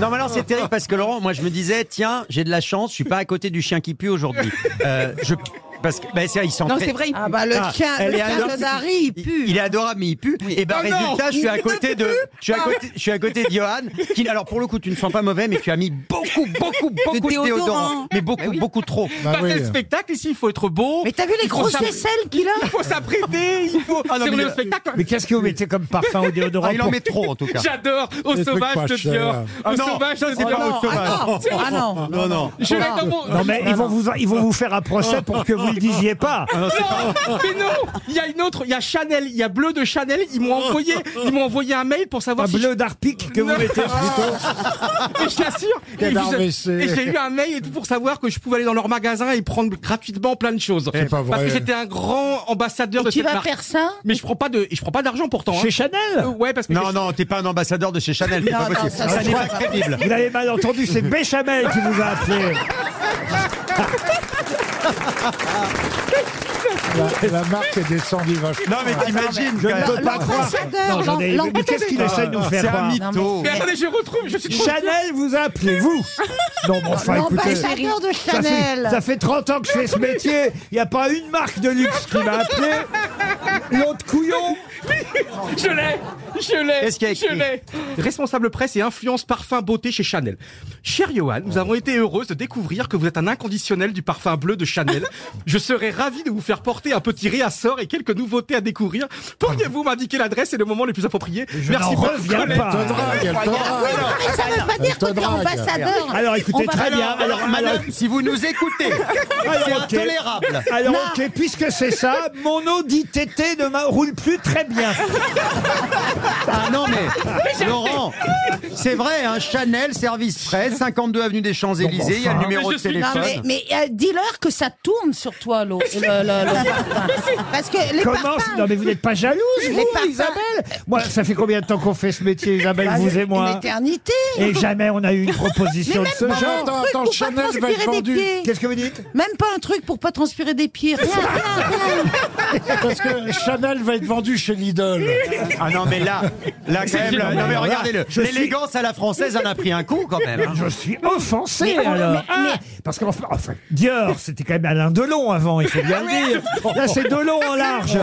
Non, mais alors c'est terrible parce que Laurent, moi je me disais, tiens, j'ai de la chance, je suis pas à côté du chien qui pue aujourd'hui. Euh, je... Parce que, ben, c'est vrai, il sent Non, très- c'est vrai, il Ah bah le Ah, chien, elle le est chien adorable. de Dari, il pue. Il est adorable, mais il pue. Et ben Oh non résultat, je suis à côté de, je suis à côté, je suis à côté de Johan. Qui, alors pour le coup, tu ne sens pas mauvais, mais tu as mis beaucoup, beaucoup, beaucoup de déodorant. déodorant, mais beaucoup, beaucoup trop. Bah Pas oui. tel spectacle ici, il faut être beau. Mais t'as vu les Il faut grosses ça- aisselles qu'il a Il faut s'apprêter, il faut. Ah non, C'est mais le le- spectacle. Mais qu'est-ce que vous mettez comme parfum au déodorant Ah, il en pour- met trop en tout cas. J'adore au Des trucs sauvage pas de chers. Dior. Ah Au non, sauvage ça, de c'est Dior. pas au sauvage. ah non, ah non. Non, non. Je l'ai dans mon. Non mais ils vont vous ils vont vous faire un procès pour que vous le disiez pas. Non, mais non Il y a une autre, il y a Chanel, il y a Bleu de Chanel, ils m'ont envoyé, ils m'ont envoyé un mail pour Un savoir si Ah, bleu d'arpic que vous Non. mettez. Mais je t'assure, et, Quel vous- RVC. et j'ai eu un mail et tout pour savoir que je pouvais aller dans leur magasin et prendre gratuitement plein de choses. C'est pas Parce vrai. que j'étais un grand ambassadeur Et de tu cette vas marque. faire ça Mais je prends pas de, je prends pas d'argent pourtant. hein. Chez Chanel Euh, Ouais, parce que Non, j'ai- non, t'es pas un ambassadeur de chez Chanel, c'est Non, pas non, possible. ça, Ça, c'est n'est pas- pas crédible. Vous l'avez mal entendu, c'est Béchamel qui vous a appelé. La, la marque est descendue vachement. Non, mais t'imagines, Je quand ne même. peux pas croire. Non, j'en ai- l'am- Mais qu'est-ce qu'il essaie de nous c'est faire un croire mytho. Mais attendez, je retrouve, je suis trop- Chanel vous a appelé, vous Non, mais enfin, écoutez. L'ambassadeur de Ça Chanel. fait, ça fait 30 ans que je fais ce métier. Il n'y a pas une marque de luxe qui m'a appelé. L'autre couillon. Je l'ai Je l'ai Qu'est-ce qu'il y a Je écrit l'ai Responsable presse et influence parfum beauté chez Chanel. Cher Johan, nous avons été heureuses de découvrir que vous êtes un inconditionnel du parfum bleu de Chanel. Je serais ravi de vous faire porter un petit réassort et quelques nouveautés à découvrir. Pourriez-vous m'indiquer l'adresse et le moment le plus approprié Je n'en beaucoup, reviens Colette. Elle te pas. drague, elle te Oui, drague. mais ça veut pas dire que t'es drague. ambassadeur. Alors, écoutez, On va- très bien. Alors, madame, si vous nous écoutez, c'est Alors, ok. intolérable. Alors, ok, puisque c'est ça, mon Audi TT ne m'a- roule plus très bien. Ah non, mais Laurent, c'est vrai, un Chanel, service presse, 52 avenue des Champs-Élysées, il y a le enfin. numéro Mais de je suis- Non, téléphone. mais, mais euh, dis-leur que ça tourne sur toi, l'eau. le- le- le parfum. Parce que les Comment parfums, Non, mais vous n'êtes pas jalouse, Les vous, parfums. Isabelle Moi, ça fait combien de temps qu'on fait ce métier, Isabelle, bah, vous et Une moi éternité. Et jamais on a eu une Mais proposition de même ce pas genre. un Attends, truc attends, pour Chanel pas va être transpirer des vendu. pieds. Qu'est-ce que vous dites Même pas un truc pour pas transpirer des pieds. Rien, rien, rien. Parce que Chanel va être vendue chez Lidl. Ah non, mais là, là quand même, là, non mais regardez-le, Je suis- l'élégance à la française en a pris un coup quand même. hein. Je suis offensé Mais on- alors. mais- Ah, parce qu'enfin, enfin, Dior, c'était quand même Alain Delon avant, il faut bien le dire. Là, c'est Delon Oh. en large.